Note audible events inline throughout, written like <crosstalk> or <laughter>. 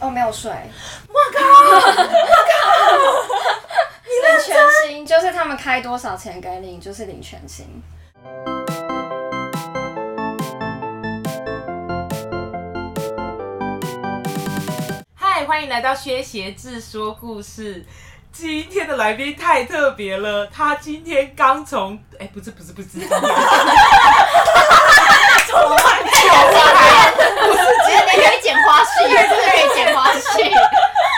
我哦没有睡，我靠！领全薪就是他们开多少钱给你，就是领全薪。嗨，欢迎来到薛鞋志说故事。今天的来宾太特别了，他今天刚从哎，不是不是不是，今天从环球回来，我觉得你可以剪花絮，真的可以剪花絮，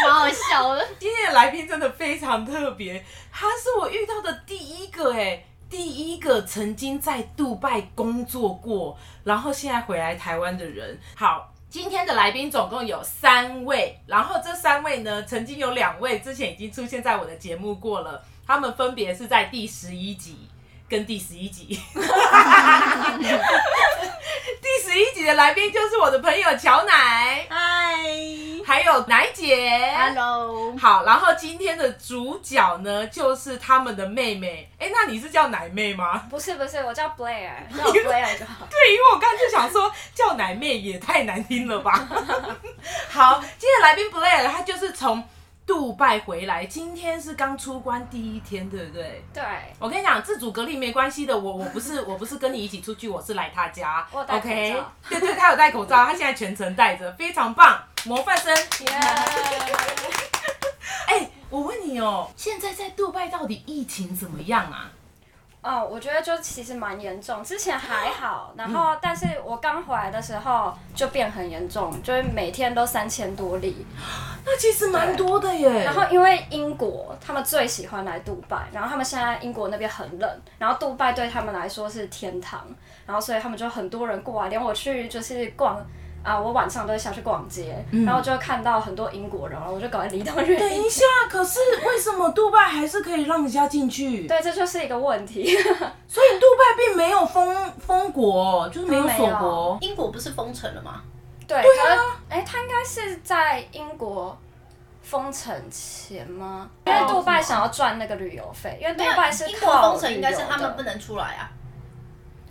蛮好笑的。今天的来宾真的非常特别，他是我遇到的第一个哎，第一个曾经在杜拜工作过，然后现在回来台湾的人。好，今天的来宾总共有三位，然后这三位呢，曾经有两位之前已经出现在我的节目过了，他们分别是在第十一集跟第十一集。第十一集的来宾就是我的朋友乔奶，嗨还有奶姐。 ，Hello，好，然后今天的主角呢，就是他们的妹妹。哎，那你是叫奶妹吗？ <laughs> 不是不是，我叫 <laughs> Blair，叫我 Blair 就好。对，因为我刚就想说叫奶妹也太难听了吧。 <laughs> 好，今天的来宾 Blair，他就是从杜拜回来，今天是刚出关第一天，对不对？对，我跟你讲，自主隔离没关系的，我我不是我不是跟你一起出去，我是来他家。我有戴口罩 OK，对对，他有戴口罩，他现在全程戴着，非常棒，模范生。哎、我问你哦，现在在杜拜到底疫情怎么样啊？哦，我觉得就其实蛮严重，之前还好，然后但是我刚回来的时候就变很严重，就是每天都三千多例。那其实蛮多的耶。然后因为英国他们最喜欢来杜拜，然后他们现在英国那边很冷，然后杜拜对他们来说是天堂，然后所以他们就很多人过来，连我去就是逛。啊，我晚上都会下去逛街，然后就看到很多英国人，然后我就赶快离他们远等一一点。下，可是为什么杜拜还是可以让人家进去？对，这就是一个问题。所以杜拜并没有封封国哦，就是没有锁国。英国不是封城了吗？对，对啊，哎、他应该是在英国封城前吗？因为杜拜想要赚那个旅游费，因为杜拜是啊英国靠封城，应该是他旅游们的不能出来啊。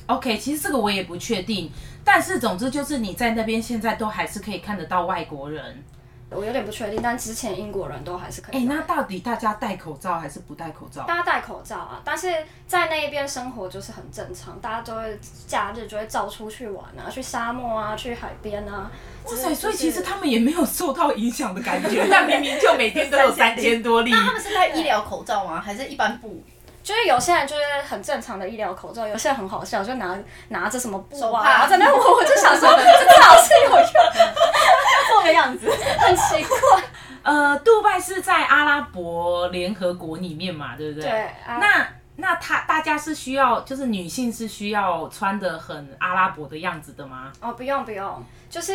OK，其实这个我也不确定，但是总之就是你在那边现在都还是可以看得到外国人。我有点不确定，但之前英国人都还是可以哎、来。那到底大家戴口罩还是不戴口罩？大家戴口罩啊，但是在那一边生活就是很正常，大家都会假日就会照出去玩啊，去沙漠啊，去海边啊。哇只塞，是所就以是其实他们也没有受到影响的感觉，但明明就每天都有三千多例。那他们是戴医疗口罩吗？还是一般布？就是有些人就是很正常的医疗口罩，有些人很好笑，就拿拿着什么布手啊，帕然后在那我我就 <laughs> 想说，这至少是有用，做个样子。 <laughs> 很奇怪。呃，杜拜是在阿拉伯联合国里面嘛，对不对？对啊那那他大家是需要，就是女性是需要穿的很阿拉伯的样子的吗？哦，不用不用，就是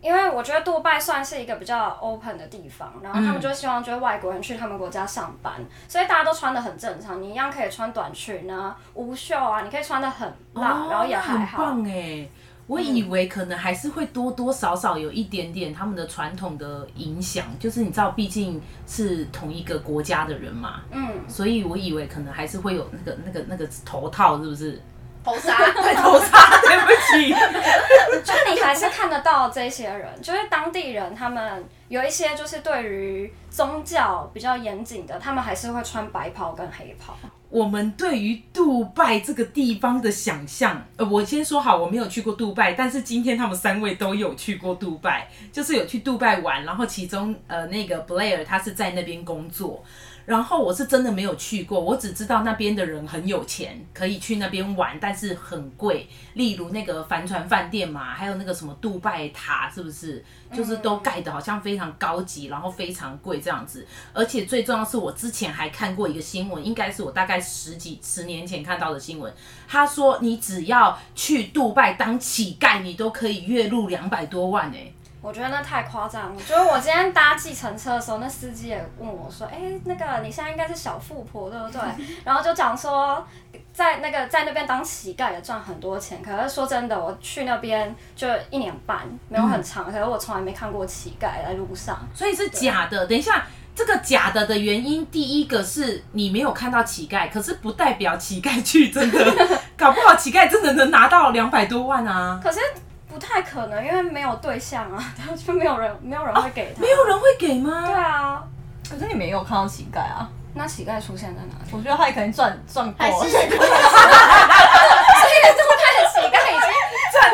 因为我觉得杜拜算是一个比较 open 的地方，然后嗯他们就希望就是外国人去他们国家上班，所以大家都穿的很正常，你一样可以穿短裙啊、无袖啊，你可以穿的很辣，然后也哦还很好。棒哎。我以为可能还是会多多少少有一点点他们的传统的影响，就是你知道，毕竟是同一个国家的人嘛，嗯，所以我以为可能还是会有那个那个那个头套，是不是？头纱，戴 <laughs> 头纱， <laughs> 对不起。 <laughs> 就你还是看得到这些人，就是当地人，他们有一些就是对于宗教比较严谨的，他们还是会穿白袍跟黑袍。我们对于杜拜这个地方的想象，呃，我先说好，我没有去过杜拜，但是今天他们三位都有去过杜拜，就是有去杜拜玩，然后其中呃那个 Blair 他是在那边工作，然后我是真的没有去过，我只知道那边的人很有钱，可以去那边玩，但是很贵，例如那个帆船饭店嘛，还有那个什么杜拜塔，是不是？就是都盖的好像非常高级，然后非常贵这样子。而且最重要是我之前还看过一个新闻，应该是我大概十几十年前看到的新闻。他说，你只要去杜拜当乞丐，你都可以月入两百多万哎、我觉得那太夸张了。就是我今天搭计程车的时候，那司机也问我说：“哎、那个你现在应该是小富婆对不 <laughs> 对？”然后就讲说，在那个在那边当乞丐也赚很多钱。可是说真的，我去那边就一年半，没有很长，可是我从来没看过乞丐在路上。所以是假的。等一下，这个假的的原因，第一个是你没有看到乞丐，可是不 <laughs> 代表乞丐去真的，搞不好乞丐真的能拿到两百多万啊。可是不不太可能，因为没有对象啊， <laughs> 然后就没有人，没有人会给 <laughs> 嗯他。没有人会给吗？对啊，可是你没有看到乞丐啊，那乞丐出现在哪里？我觉得他也可能赚赚够还了，是赚乞丐已经 <laughs>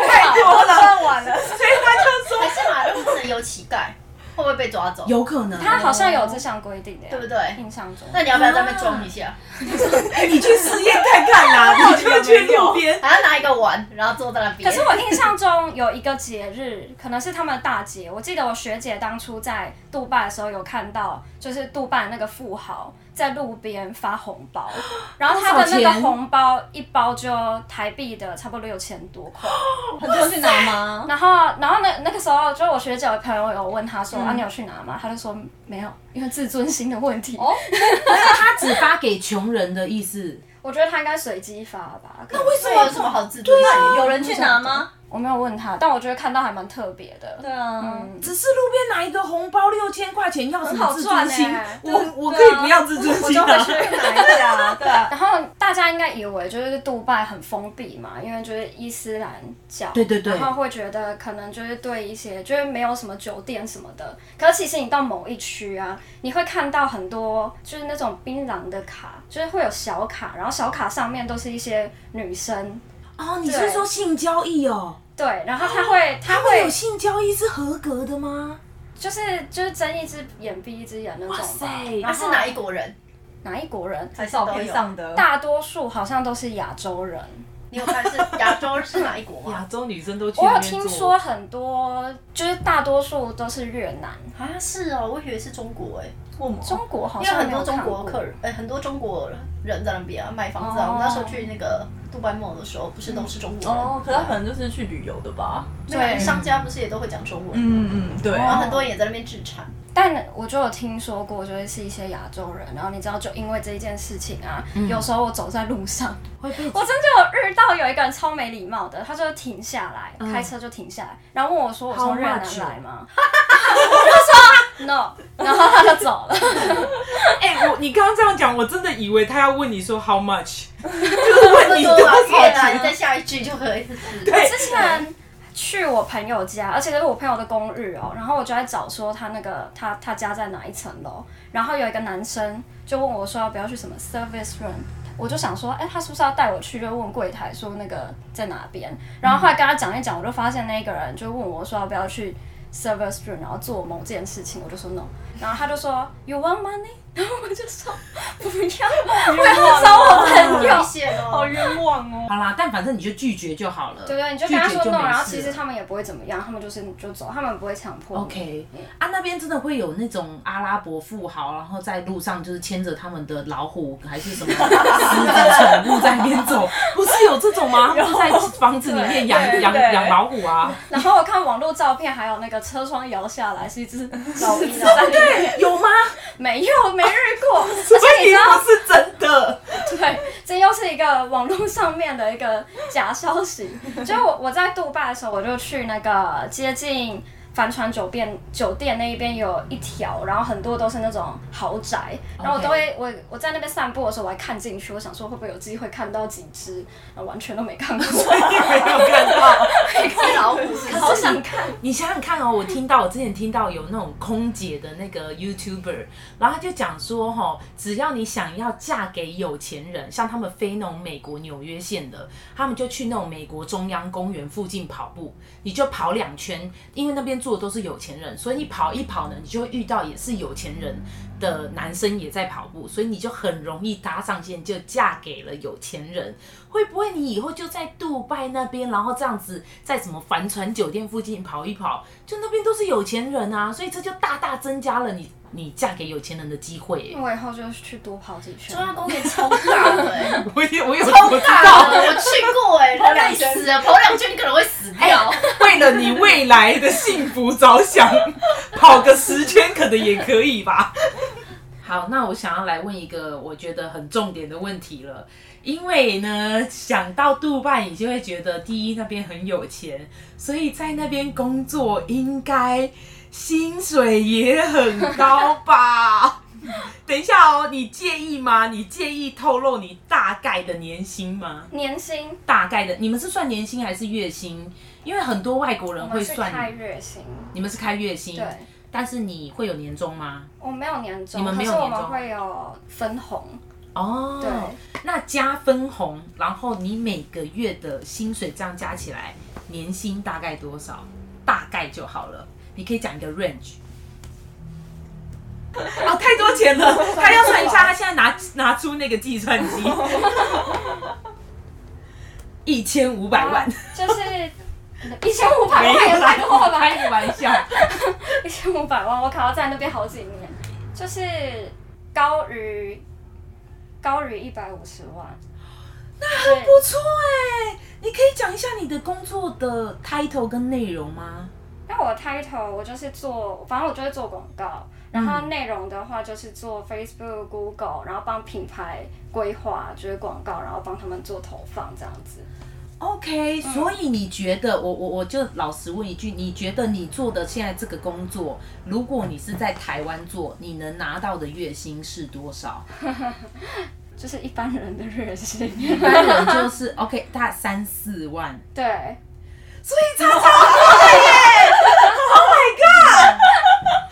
太多了，赚完了。所以他就说还是马路不能有乞丐，会不会被抓走？有可能。他好像有这项规定的呀，对不对印象中。那你要不要在那边装一下？哎、你去试验看 <laughs> 看啦，你就会去路边。还要拿一个碗，然后坐在那边。可是我印 <laughs> 象中有一个节日，可能是他们的大节。我记得我学姐当初在杜拜的时候有看到，就是杜拜那个富豪在路边发红 <gasps> 包，然后他的那多少个钱红包一包就台币的差不多六千多块。很多人去拿吗？然后，然后那那个时候，就是我学姐的朋友有问他说：“啊，你有去拿吗？”他就说没有，因为自尊心的问题。哦， <laughs> 他只发给穷人的意思，我觉得他应该随机发吧。那为什这有什么？么好自尊心？啊有人去拿吗？我没有问他，但我觉得看到还蛮特别的。对嗯啊，只是路边拿一个红包六千块钱，要什么自尊心？很好赚欸我我可以不要自尊我心就啊的、会去拿对啊，对啊。然后大家应该以为就是杜拜很封闭嘛，因为就是伊斯兰教，对对对然后会觉得可能就是对一些就是没有什么酒店什么的。可是其实你到某一区啊，你会看到很多就是那种槟榔的卡，就是会有小卡，然后小卡上面都是一些女生， <laughs> 哦，你是说性交易哦？对，然后他会他他们会有性交易是合格的吗？就是就是睁一只眼闭一只眼那种哇塞吧。他然啊是后哪一国人？哪一国人？还是照片上的大多数好像都是亚洲人。你有看是亚洲是哪一国吗？亚洲女生都去我有那边听做说很多，就是大多数都是越南、啊，是哦，我以为是中国哎，问我中国，好因为像很没有多中看国过。客人，哎，很多中国人在那边啊买房子啊。哦我们那时候去那个杜拜梦的时候，不是都是中国人？哦，可是他可能就是去旅游的吧。对，商家不是也都会讲中文，嗯嗯，对。然后很哦多人也在那边置产。但我就有听说过，就是是一些亚洲人，然后你知道，就因为这一件事情啊，嗯有时候我走在路上，会被我真的有遇到有一个人超没礼貌的，他就停下来，嗯开车就停下来，然后问我说：“我 How 从越南 much？来吗？” <laughs> 我就说：“No。”然后他就走了。哎、我你刚刚这样讲，我真的以为他要问你说 how much，就是问你多多啊，越少南，你钱。再下一句就可以了。对之前去我朋友家，而且这是我朋友的公寓哦，然后我就在找说他那个他他家在哪一层楼，然后有一个男生就问我说要不要去什么 service room。我就想说，哎、他是不是要带我去？就问柜台说那个在哪边。然后后来跟他讲一讲，我就发现那个人就问我说要不要去 service room，然后做某件事情。我就说 no，然后他就说 you want money，然 <laughs> 后我就说不要，我要找我朋友谢。谢好哦。冤枉哦。好啦，但反正你就拒绝就好了。对对，你就拒跟他绝说就 no，没然后事其实了他们也不会怎么样，他们就是就走，他们不会强迫你。 OK 啊，那边真的会有那种阿拉伯富豪，然后在路上就是牵着他们的老虎还是什么狮子宠物在那边 <laughs> 走，不是有这种吗？就在房子里面养对养对养老虎啊，然后我看网络照片，还有那个车窗摇下来是一只老鹰，对，有 <laughs> 吗？没有没遇过， <laughs> 而所且你以知道，不是真的。对，这又是一个网络上面的一个假消息。就我我在杜拜的时候，我就去那个接近。帆船酒店酒店那一边有一条，然后很多都是那种豪宅，然后我都会我我在那边散步的时候，我还看进去，我想说会不会有机会看到几只，然后完全都没看过。 <laughs> 你没有看到？是老虎是不是好想看。 <laughs> 你想想看哦，我听到我之前听到有那种空姐的那个 YouTuber，然后他就讲说哈、哦，只要你想要嫁给有钱人，像他们飞那种美国纽约线的，他们就去那种美国中央公园附近跑步，你就跑两圈，因为那边住的都是有钱人，所以你跑一跑呢，你就会遇到也是有钱人的男生也在跑步，所以你就很容易搭上线，就嫁给了有钱人。会不会你以后就在杜拜那边，然后这样子在什么帆船酒店附近跑一跑，就那边都是有钱人啊，所以这就大大增加了你你嫁给有钱人的机会耶、我以后就去多跑几圈中。央公园超大的欸 <laughs> 我有我有我知大道，的，我去过哎、跑跑两两圈死了，跑两圈你可能会死掉。哎为了你未来的幸福着想，跑个十圈可能也可以吧。好，那我想要来问一个我觉得很重点的问题了，因为呢，想到杜拜，你就会觉得第一那边很有钱，所以在那边工作应该薪水也很高吧？ <laughs> 等一下哦，你介意吗？你介意透露你大概的年薪吗？年薪大概的，你们是算年薪还是月薪？因为很多外国我人会们是开算，月薪，你们是开月薪，对，但是你会有年终吗？我没有年终，你们没有可是我年们终会有分红，哦，对，那加分红，然后你每个月的薪水这样加起来，年薪大概多少？大概就好了。你可以讲一个 range。哦，太多钱了， <laughs> 他要算一下，他现在拿拿出那个计算机，一千五百万， <laughs> 就是一千五百万也啊太多了吧？开个玩笑， <laughs> 一千五百万，我考到在那边好几年，就是高于高于一百五十万，那很不错哎。你可以讲一下你的工作的 title 跟内容吗？那我的 title 我就是做，反正我就会做广告，然嗯后内容的话就是做 Facebook、Google，然后帮品牌规划就是广告，然后帮他们做投放这样子。 OK，、所以你觉得我我我就老实问一句，你觉得你做的现在这个工作，如果你是在台湾做，你能拿到的月薪是多 <laughs> 少？就是一般人的热心， <laughs> 一般人就是 OK，大概三四万，对，所以差差很多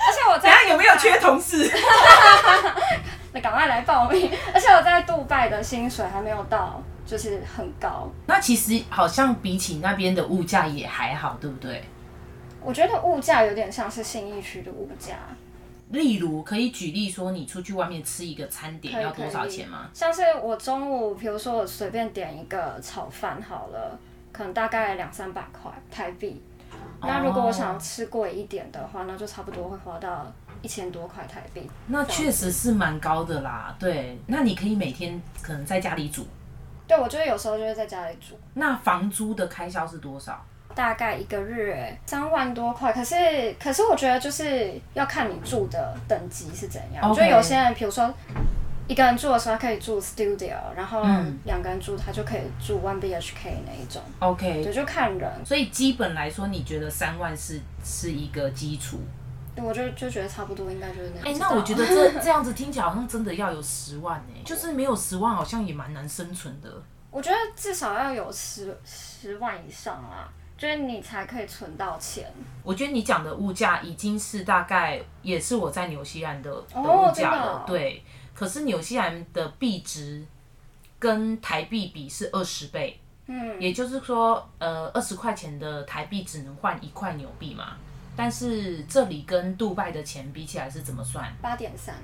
而且我在等下有没有缺同事？那赶快来报名。而且我在杜拜的薪水还没有到，就是很高。那其实好像比起那边的物价也还好，对不对？我觉得物价有点像是信义区的物价，例如可以举例说，你出去外面吃一个餐点可以要多少钱？可吗以？像是我中午，比如说我随便点一个炒饭好了，可能大概两三百块台币。哦那如果我想要吃贵一点的话，那就差不多会花到一千多块台币。那确实是蛮高的啦，对。那你可以每天可能在家里煮。对，我觉得有时候就会在家里煮，那房租的开销是多少？大概一个月三万多块。可是，可是我觉得就是要看你住的等级是怎样。我觉得 OK 有些人，比如说一个人住的时候，他可以住 studio，然后嗯两个人住他就可以住 one BHK 那一种。 OK，对，就看人。所以基本来说，你觉得三万是是一个基础？我就就觉得差不多，应该就是那样。哎、不知道那我觉得 <laughs> 这这样子听起来好像真的要有十万哎、就是没有十万好像也蛮难生存的。我觉得至少要有十十万以上啊，就是你才可以存到钱。我觉得你讲的物价已经是大概也是我在纽西兰的的啊哦物真价的了，哦对。可是纽西兰的币值跟台币比是二十倍，嗯，也就是说，呃，二十块钱的台币只能换一块纽币嘛。但是这里跟杜拜的钱比起来是怎么算？八点三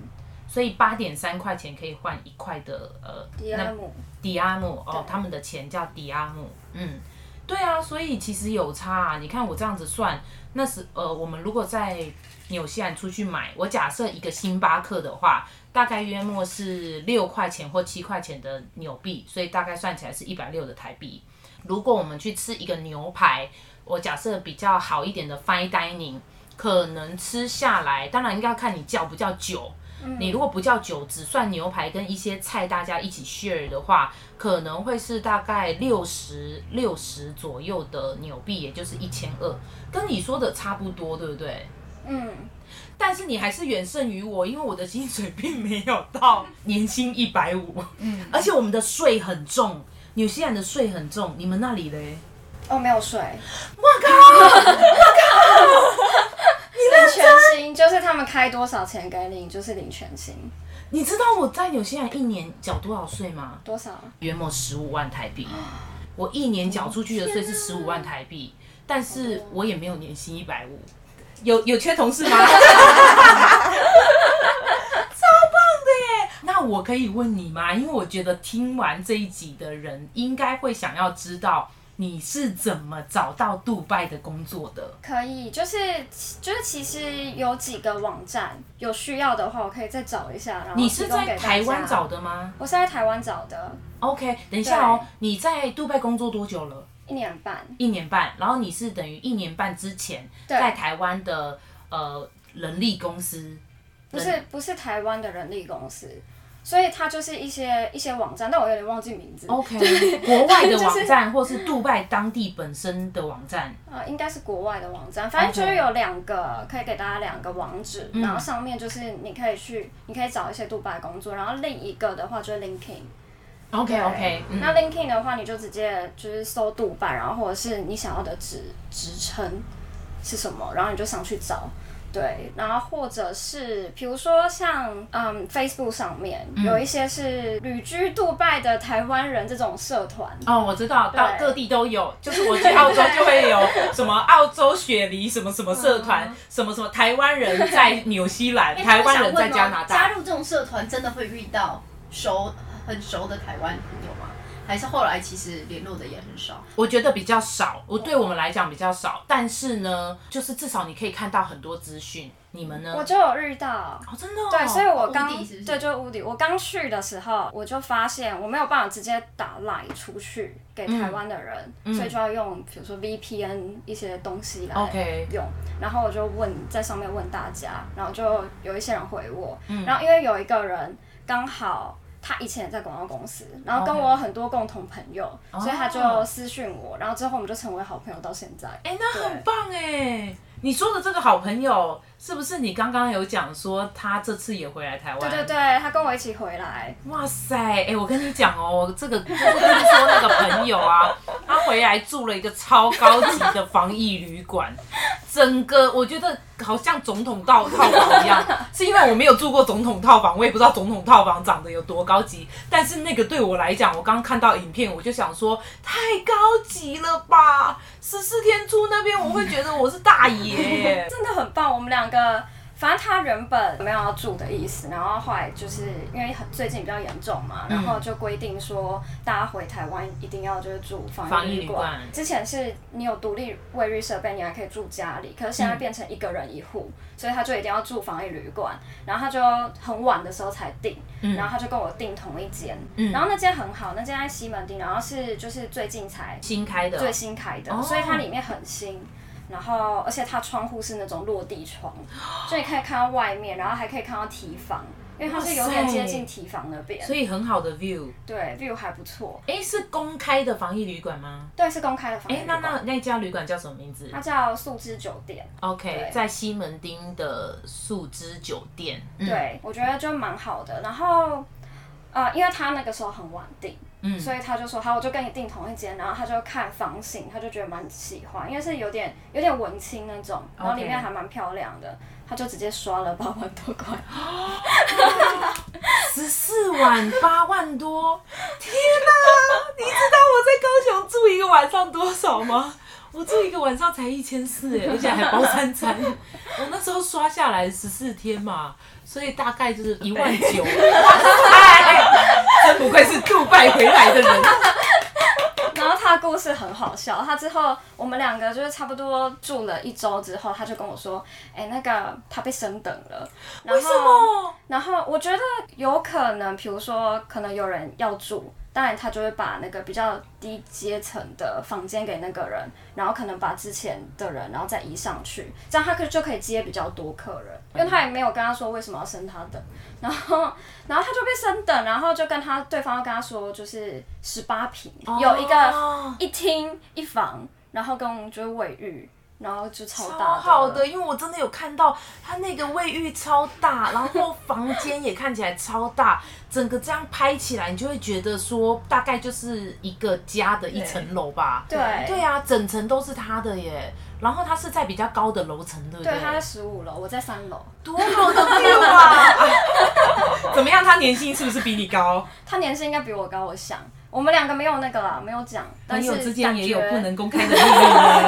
所以八点三块钱可以换一块的呃迪拉姆，抵押姆哦对，他们的钱叫抵押姆，嗯，对啊，所以其实有差、啊。你看我这样子算，那是呃，我们如果在纽西兰出去买，我假设一个星巴克的话，大概约莫是六块钱或七块钱的纽币，所以大概算起来是一百六的台币。如果我们去吃一个牛排，我假设比较好一点的 fine dining，可能吃下来，当然应该要看你叫不叫酒。你如果不叫酒，只算牛排跟一些菜，大家一起 share 的话，可能会是大概六十六十左右的纽币，也就是一千二，跟你说的差不多，对不对？嗯，但是你还是远胜于我，因为我的薪水并没有到年薪一百五，嗯，而且我们的税很重，纽西兰的税很重，你们那里嘞？哦，没有税。 <laughs> 我靠！我靠！领全薪就是他们开多少钱给你，就是领全薪你知道我在纽西兰一年缴多少税吗？多少？约莫十五万台币。我一年缴出去的税是十五万台币，但是我也没有年薪一百五。有有缺同事吗？ <laughs> 超棒的耶！那我可以问你吗？因为我觉得听完这一集的人，应该会想要知道你是怎么找到杜拜的工作的。可以，就是就是，其实有几个网站有需要的话，我可以再找一下，然后你是提供在给台湾大家找？的吗我是在台湾找的， ？OK，等一下哦，你在杜拜工作多久了？一年半。一年半，然后你是等于一年半之前对在台湾的呃人力公司，不是不是台湾的人力公司，所以它就是一些一些网站，但我有点忘记名字。 OK，国外的网站或是杜拜当地本身的网站，啊、应该是国外的网站，反正就是有两个可以给大家两个网址，然后上面就是你可以去，你可以找一些杜拜工作，然后另一个的话就是 LinkedIn。 OK OK，嗯那 LinkedIn 的话，你就直接就是搜杜拜，然后或者是你想要的职职称是什么，然后你就上去找。对，然后或者是比如说像嗯 Facebook 上面、嗯有一些是旅居杜拜的台湾人这种社团，哦，我知道，到对各地都有，就是我去澳洲就会有什么澳洲雪梨什么什么社团，什么什么台湾人在纽西兰，哎 <laughs> 台湾人那我在想问哦加拿加大。入这种社团真的会遇到熟很熟的台湾朋友吗？还是后来其实联络的也很少？我觉得比较少，我对我们来讲比较少，但是呢，就是至少你可以看到很多资讯。你们呢？我就有遇到。哦，真的哦、对，所以我刚屋顶是不是对就是屋顶，我刚去的时候我就发现我没有办法直接打 line 出去给台湾的人，嗯所以就要用比如说 VPN 一些东西来 OK 用。然后我就问在上面问大家，然后就有一些人回我，然后因为有一个人刚好。他以前也在广告公司，然后跟 OK 我有很多共同朋友所以他哦就私讯我，然后之后我们就成为好朋友到现在。哎、那很棒哎！你说的这个好朋友，是不是你刚刚有讲说他这次也回来台湾？对对对，他跟我一起回来，哇塞，哎、我跟你讲哦，我这个 <laughs> 就是听说那个朋友啊， <laughs> 他回来住了一个超高级的防疫旅馆， <laughs> 整个我觉得好像总统套套房一样， <laughs> 是因为我没有住过总统套房，我也不知道总统套房长得有多高级，但是那个对我来讲，我刚刚看到影片，我就想说太高级了吧，十四天住那边，我会觉得我是大 <laughs> 爷。真的很棒，我们两个。反正他原本没有要住的意思，然后后来就是因为很最近比较严重嘛，然后就规定说大家回台湾一定要就是住防防疫疫旅旅馆馆。之前是你有独立卫浴设备，你还可以住家里，可是现在变成一个人一户，所以他就一定要住防疫旅馆。然后他就很晚的时候才订，然后他就跟我订同一间，然后那间很好，那间在西门町，然后是就是最近才新开的，最新开哦的，所以它里面很新。然后，而且它窗户是那种落地 <gasps> 窗，所以你可以看到外面，然后还可以看到提防，因为它是有点接近提防那边，所以很好的 view。对，view 还不错。哎、是公开的防疫旅馆吗？对，是公开的房哎、间，那那那家旅馆叫什么名字它叫素之酒店。 ？OK，对在西门町的树枝酒店。嗯、对，我觉得就蛮好的。然后，呃，因为他那个时候很晚订，嗯所以他就说好，我就跟你订同一间。然后他就看房型，他就觉得蛮喜欢，因为是有点有点文青那种，然后里 OK 面还蛮漂亮的。他就直接刷了八万多块，十四晚八 <laughs> 万多，天哪、你知道我在高雄住一个晚上多少吗？我住一个晚上才一千四，哎，而且还包 <laughs> 三餐。我那时候刷下来十四天嘛，所以大概就是一万 <laughs> 九。哇塞，真不愧是杜拜回来 <laughs> 的人。然后他的故事很好笑，他之后我们两个就是差不多住了一周之后，他就跟我说，哎、那个他被升等了，然为后什么？然后我觉得有可能，比如说可能有人要住，当然他就会把那个比较低阶层的房间给那个人，然后可能把之前的人然后再移上去，这样他可就可以接比较多客人，嗯因为他也没有跟他说为什么要升他等，然后然后他就被升等，然后就跟他对方要跟他说就是十八平有一个哦一厅一房，然后跟就是卫浴，然后就超大超好的，因为我真的有看到它那个卫浴超大，然后 <laughs> 房间也看起来超大，整个这样拍起来，你就会觉得说大概就是一个家的一层楼吧。对对啊，整层都是他的耶。然后它是在比较高的楼层，对不对，他在十五楼，我在三楼。多好的 view 啊！ <laughs> 怎么样？他年薪是不是比你高？他年薪应该比我高，我想。我们两个没有那个啦，没有讲，但朋是友之间也有感觉不能公开的秘 <laughs> 密。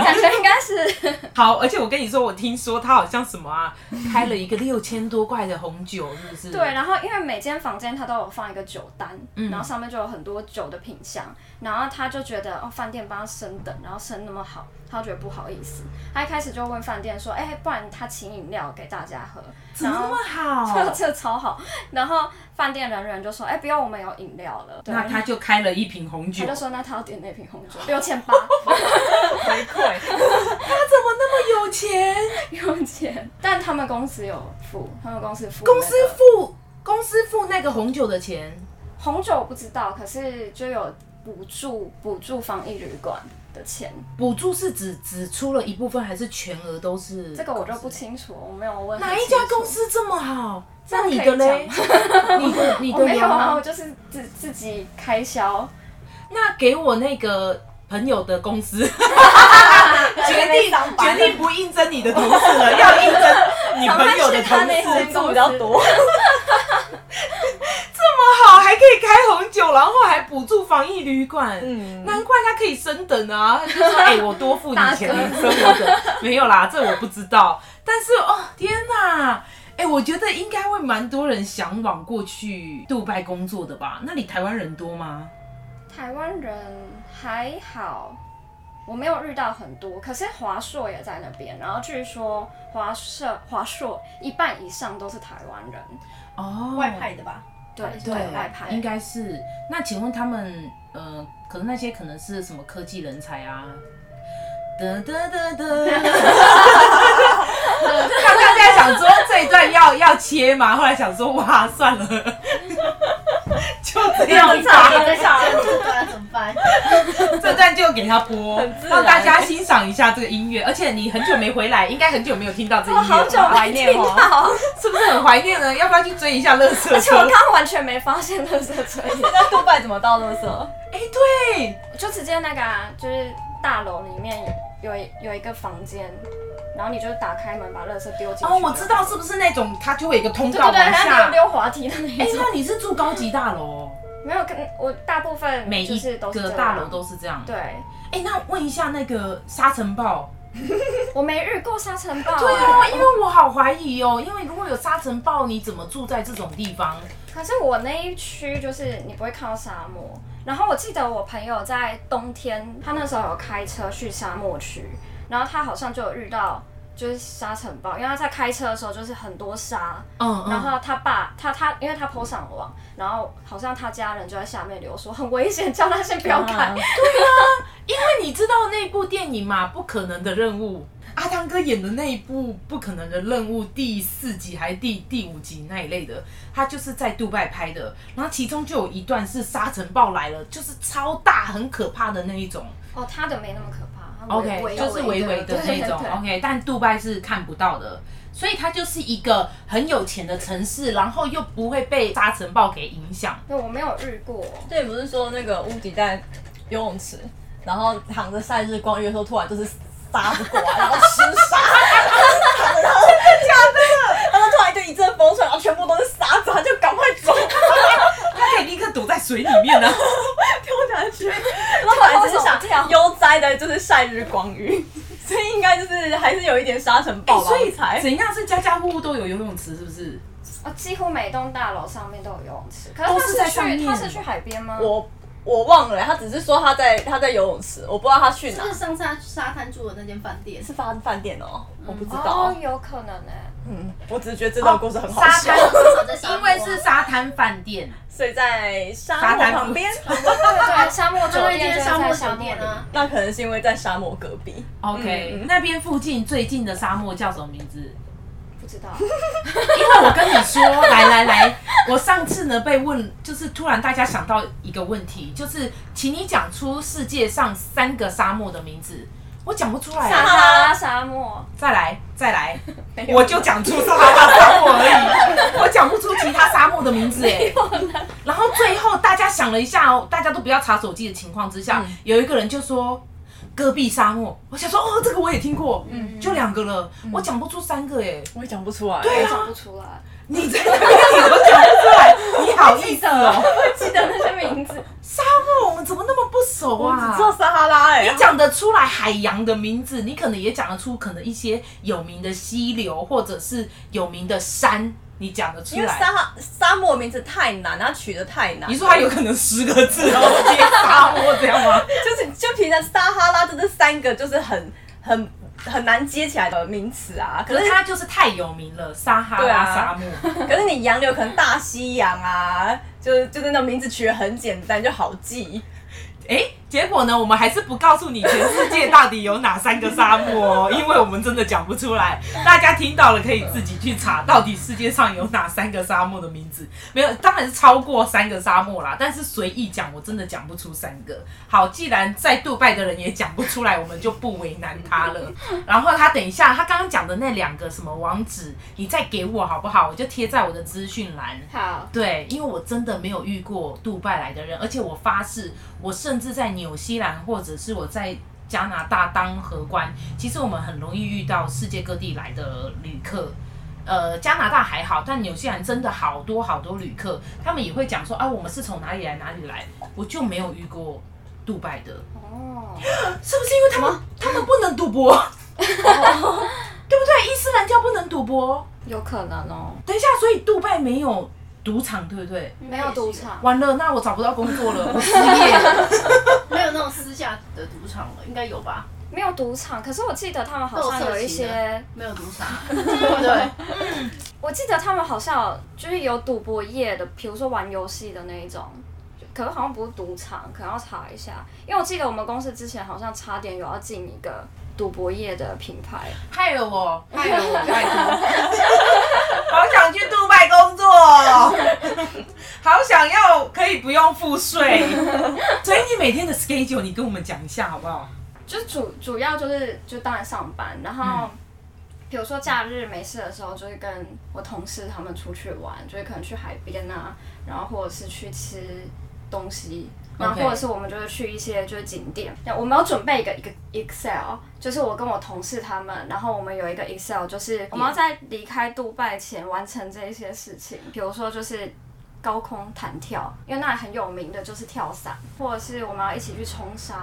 感觉应该是 <laughs> 好，而且我跟你说，我听说他好像什么啊，开了一个六千多块的红酒，是不是？对。然后因为每间房间他都有放一个酒单，嗯然后上面就有很多酒的品相，然后他就觉得哦，饭店帮他升等，然后升那么好，他觉得不好意思。他一开始就问饭店说，哎、不然他请饮料给大家喝，怎然么那后么。好？ <laughs> 这这超好，然后饭店人员就说：“哎、不用，我们有饮料了。”对，那他就开了一瓶红酒，他就他说：“那他要点那瓶红酒，六千八，回 <laughs> 馈，怎么那么有钱？不用钱。”但他们公司有付，他们公司付、公司付。公司付那个红酒的钱，红酒我不知道，可是就有补助补助防疫旅馆的钱，补助是只只出了一部分，还是全额都是？这个我就不清楚，我没有问。哪一家公？司这么好？那样你可以的嘞？ <laughs> 你的你我的没有啊，我吗？就是自自己开销，那给我那个朋友的公司， <laughs> 决定决定不应征你的同事了， <laughs> 要应征你朋友的同他那事。间住公司比较 <laughs> 多，好，还可以开红酒，然后还补助防疫旅馆，嗯难怪他可以升等啊！他就说，哎、我多付你钱，大哥你升我的，没有啦，这我不知道。但是哦，天哪！哎、我觉得应该会蛮多人向往过去杜拜工作的吧？那里台湾人多吗？台湾人还好，我没有遇到很多，可是华硕也在那边，然后据说华硕华硕一半以上都是台湾人，哦，外派的吧？对对外派应该是。那请问他们，呃，可能那些可能是什么科技人才啊？得得得 <laughs> 得，他大家想说这一段要要切嘛，后来想说哇算了， <laughs> 就这 <laughs> 样吧，在想这段怎么办？ <laughs> 这段就给他播很，自然让大家欣赏一下这个音乐。而且你很久没回来，应该很久没有听到这音我乐好了久吧，没听到， <laughs> 是不是很怀念呢？要不要去追一下乐 <laughs> 色车？而且我刚完全没发现垃圾车，那杜拜怎么到垃圾？哎、对，就直接那个、啊、就是大楼里面有一有一个房间，然后你就打开门把垃圾丢进去。哦，我知道，是不是那种它就会有一个通对道对往对，还下有？溜滑梯的那哎、一种，那你是住高级大楼哦？没有跟我大部分每就一是都是个这大样楼都是这样。对，哎、那问一下那个沙尘暴。我没遇过沙尘暴、对哎啊，因为我好怀疑哦，因为如果有沙尘暴，你怎么住在这种地方？可是我那一区就是你不会看到沙漠，然后我记得我朋友在冬天，他那时候有开车去沙漠区，然后他好像就有遇到就是沙尘暴，因为他在开车的时候就是很多沙，嗯然后他爸他他因为他坡上网，然后好像他家人就在下面留说很危险，叫他先 <laughs> 不要开。啊那你知道那部电影嘛，《不可能的任务》？阿汤哥演的那一部《不可能的任务》第四集还是第第五集那一类的，他就是在杜拜拍的。然后其中就有一段是沙尘暴来了，就是超大、很可怕的那一种。哦，他的没那么可怕他微 OK，就是微微的那种。对对对 OK，但杜拜是看不到的，所以它就是一个很有钱的城市，然后又不会被沙尘暴给影响。对，我没有遇过。对，不是说那个屋顶在游泳池，然后躺着晒日光浴的时候，突然就是沙子过来，然后湿沙，躺 <laughs> 着然后 <laughs> 假的，然后突然就一阵风吹，然后全部都是沙子，他就赶快走，它可以立刻躲在水里面呢、 <laughs> 啊。丢下 <laughs> 去。然后本来只是想悠哉的，就是晒日光哎浴， <laughs> 所以应该就是还是有一点沙尘暴吧，所以我猜。怎样是家家户户都有游泳池，是不是？哦，几乎每栋大楼上面都有游泳池，可是都他是是在去上面他是去海边吗？我我忘了，他只是说他在他在游泳池，我不知道他去是哪不，是上次他去沙滩住的那间饭 <laughs> 店？是饭饭店哦，哦我不知道哦，。有可能呢、嗯，我只是觉哦得这段故事很好沙笑，滩，至少在沙因漠为是沙滩饭店，所以在沙沙漠滩旁边，对对，沙漠酒那店间就沙在漠沙酒漠店里。啊， <laughs> 那可能是因为在沙漠隔 <laughs> 壁。 OK，、嗯那边附近最近的沙漠叫什么名字？不知道，因为我跟你说，来来来，我上次呢被问，就是突然大家想到一个问题，就是请你讲出世界上三个沙漠的名字，我讲不出来撒啊。哈拉沙漠，再来，再来，我就讲出撒哈拉沙漠而已，我讲不出其他沙漠的名字 <laughs> 哎。然后最后大家想了一下哦，大家都不要查手机的情况之下，有一个人就说戈壁沙漠，我想说哦，这个我也听过，就两个了，我讲不出三个哎。我也讲不出来，我对啊讲不出来，你在那边你都讲不出来，你好意思哦？ <laughs> 记得那些名字。沙漠我们怎么那么不熟我只啊知？道撒哈拉哎你，讲得出来海洋的名字，你可能也讲得出可能一些有名的溪流或者是有名的山，你讲得出因为来。沙哈沙漠名字太难，它取的太难。你说它有可能十个字，然后直接沙漠这样吗？就是就平常撒哈拉，就这三个就是很很很难接起来的名词啊。 <laughs> 可可是是它就是太有名了，撒哈对拉啊沙漠。可是你洋流可能大西洋啊，就是就是那种名字取得很简单就好记。哎、结果呢，我们还是不告诉你全世界到底有哪三个沙漠哦，因为我们真的讲不出来。大家听到了可以自己去查，到底世界上有哪三个沙漠的名字？没有，当然是超过三个沙漠啦。但是随意讲，我真的讲不出三个。好，既然在杜拜的人也讲不出来，我们就不为难他了。然后他等一下，他刚刚讲的那两个什么网址，你再给我好不好？我就贴在我的资讯栏。好，对，因为我真的没有遇过杜拜来的人，而且我发誓，我甚至在纽西兰或者是我在加拿大当荷官，其实我们很容易遇到世界各地来的旅客。呃，加拿大还好，但纽西兰真的好多好多旅客，他们也会讲说啊，我们是从哪里来哪里来，我就没有遇过杜拜的，哦，是不是因为他们他们不能赌博， <laughs> 对不对？伊斯兰教不能赌博。有可能哦，等一下，所以杜拜没有赌场，对不对？没有赌场，完了，那我找不到工作了，我失业 <laughs> 了。没有那种私下的赌场了，应该有吧？没有赌场，可是我记得他们好像有一些，没有赌场， <laughs> 对不对？我记得他们好像有就是有赌博业的，比如说玩游戏的那一种。可是好像不是赌场，可能要查一下，因为我记得我们公司之前好像差点有要进一个赌博业的品牌。害了我，害了我，拜托！好想去杜拜工作， <laughs> 好想要可以不用付税。 <laughs> 所以你每天的 schedule，你跟我们讲一下好不好？就主主要就是就当然上班，然后比如说假日没事的时候，就会跟我同事他们出去玩，就会可能去海边啊，然后或者是去吃东西。然后 OK 或者是我们就会去一些就是景点，然后我们有准备一个一个 Excel，就是我跟我同事他们，然后我们有一个 Excel，就是我们要在离开杜拜前完成这一些事情，比如说就是高空弹跳，因为那里很有名的就是跳伞，或者是我们要一起去冲沙，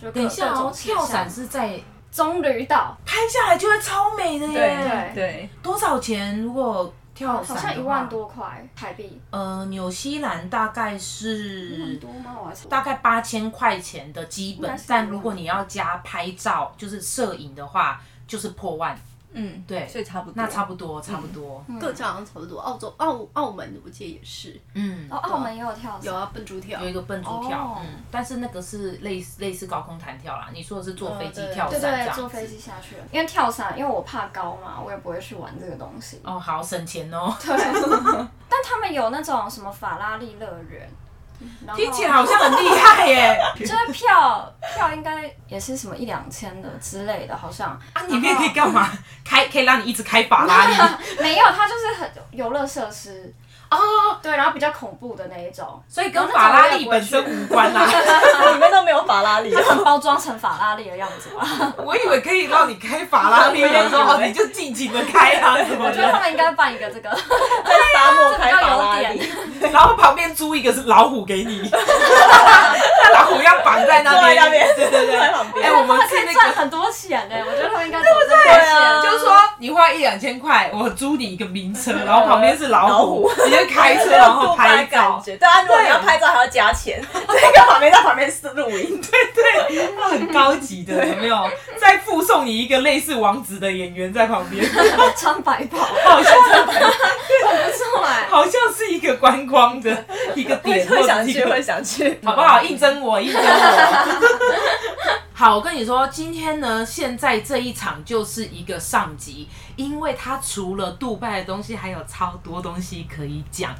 就各等一下各哦，种跳事项伞是在棕榈岛，拍下来就会超美的耶。对对，多少钱？如果跳好伞像一的话万。多块台币，呃，纽西兰大概一万是多吗？我还是嗯大概八千块钱的基应该本是，但如果你要加拍照，就是摄影的话，就是破万。嗯，对，所以差不多，那差 <laughs> 不多，差不多。嗯各家好像差不多，澳洲、澳澳门我记得也是嗯，哦，澳门也有跳有伞，啊，笨猪跳有，一个笨猪跳哦，嗯，但是那个是类似类似高空弹跳啦。你说的是坐飞机哦对跳嗯对伞这对，坐样飞子。机下去了，因为跳伞，因为我怕高嘛，我也不会去玩这个东西。哦，好省 <laughs> 钱哦，对， <laughs> 但他们有那种什么法拉利乐园，然后听起来好像很厉害耶。就是票票应该也是什么一两千的之类的，好像啊，里面可以干嘛？开可以让你一直开法 <laughs> 拉利。没有，它就是很游乐设施，哦，对，然后比较恐怖的那一种，所以跟法拉利本身无 <laughs> 关啦。里面都没有法拉 <laughs> 利，它可能包装成法拉利的样子吧。我以为可以让你开法拉利，然后哦你就尽情的开啊什么我觉得他的，们应该办一个这个，在沙漠比开法较拉有利，点。 <laughs> 然后旁边租一个是老虎 <laughs> 给你，那老虎要绑在那坐在边，那边对对对。在旁边哎， <laughs> 我们他是可以那赚个很多钱呢、我觉得他们应该对不对对啊就是说你花一两千块，我租你一个名车，然后旁边是老虎，你就开车然后拍感 <laughs> 照，觉，对啊，如果你要拍照还要加钱， <laughs> 这个旁边在旁边是录音，那很高级的，有没有？再附送你一个类似王子的演员在旁边，穿白 <laughs> 袍，好像真的不错哎、好像是一个观光的一个点，会想或者一去，个会想 <laughs> 去， <laughs> 好不好？应征我，应征我。 <laughs> 好，我跟你说，今天呢，现在这一场就是一个上集，因为它除了杜拜的东西，还有超多东西可以讲。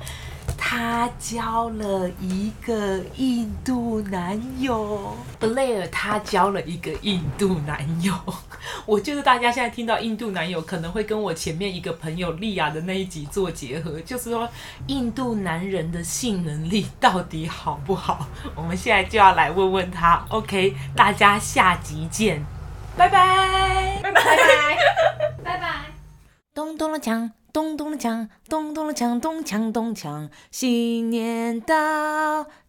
她交了一个印度男友，布莱尔她交了一个印度男友。 <laughs> 我觉得大家现在听到印度男友，可能会跟我前面一个朋友莉亚的那一集做结合，就是说印度男人的性能力到底好不好？我们现在就要来问问他。OK，大家下集见，拜拜。拜拜，拜拜。咚咚的锵，咚咚的锵，咚咚的锵，咚锵咚锵，新年到，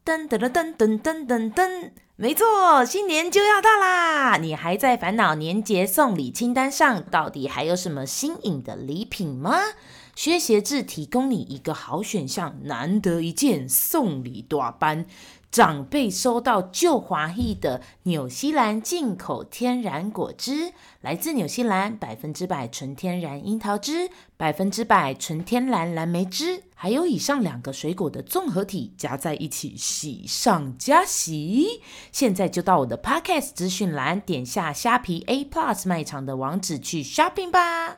噔噔噔噔噔噔噔噔，没错，新年就要到啦！你还在烦恼年节送礼清单上到底还有什么新颖的礼品吗？薛协志提供你一个好选项，难得一见送礼大班。长辈收到旧华裔的纽西兰进口天然果汁，来自纽西兰百分之百纯天然樱桃汁、百分之百纯天然蓝莓汁，还有以上两个水果的综合体加在一起，喜上加喜。现在就到我的 Podcast 资讯栏，点下虾皮 A Plus 卖场的网址去 shopping 吧。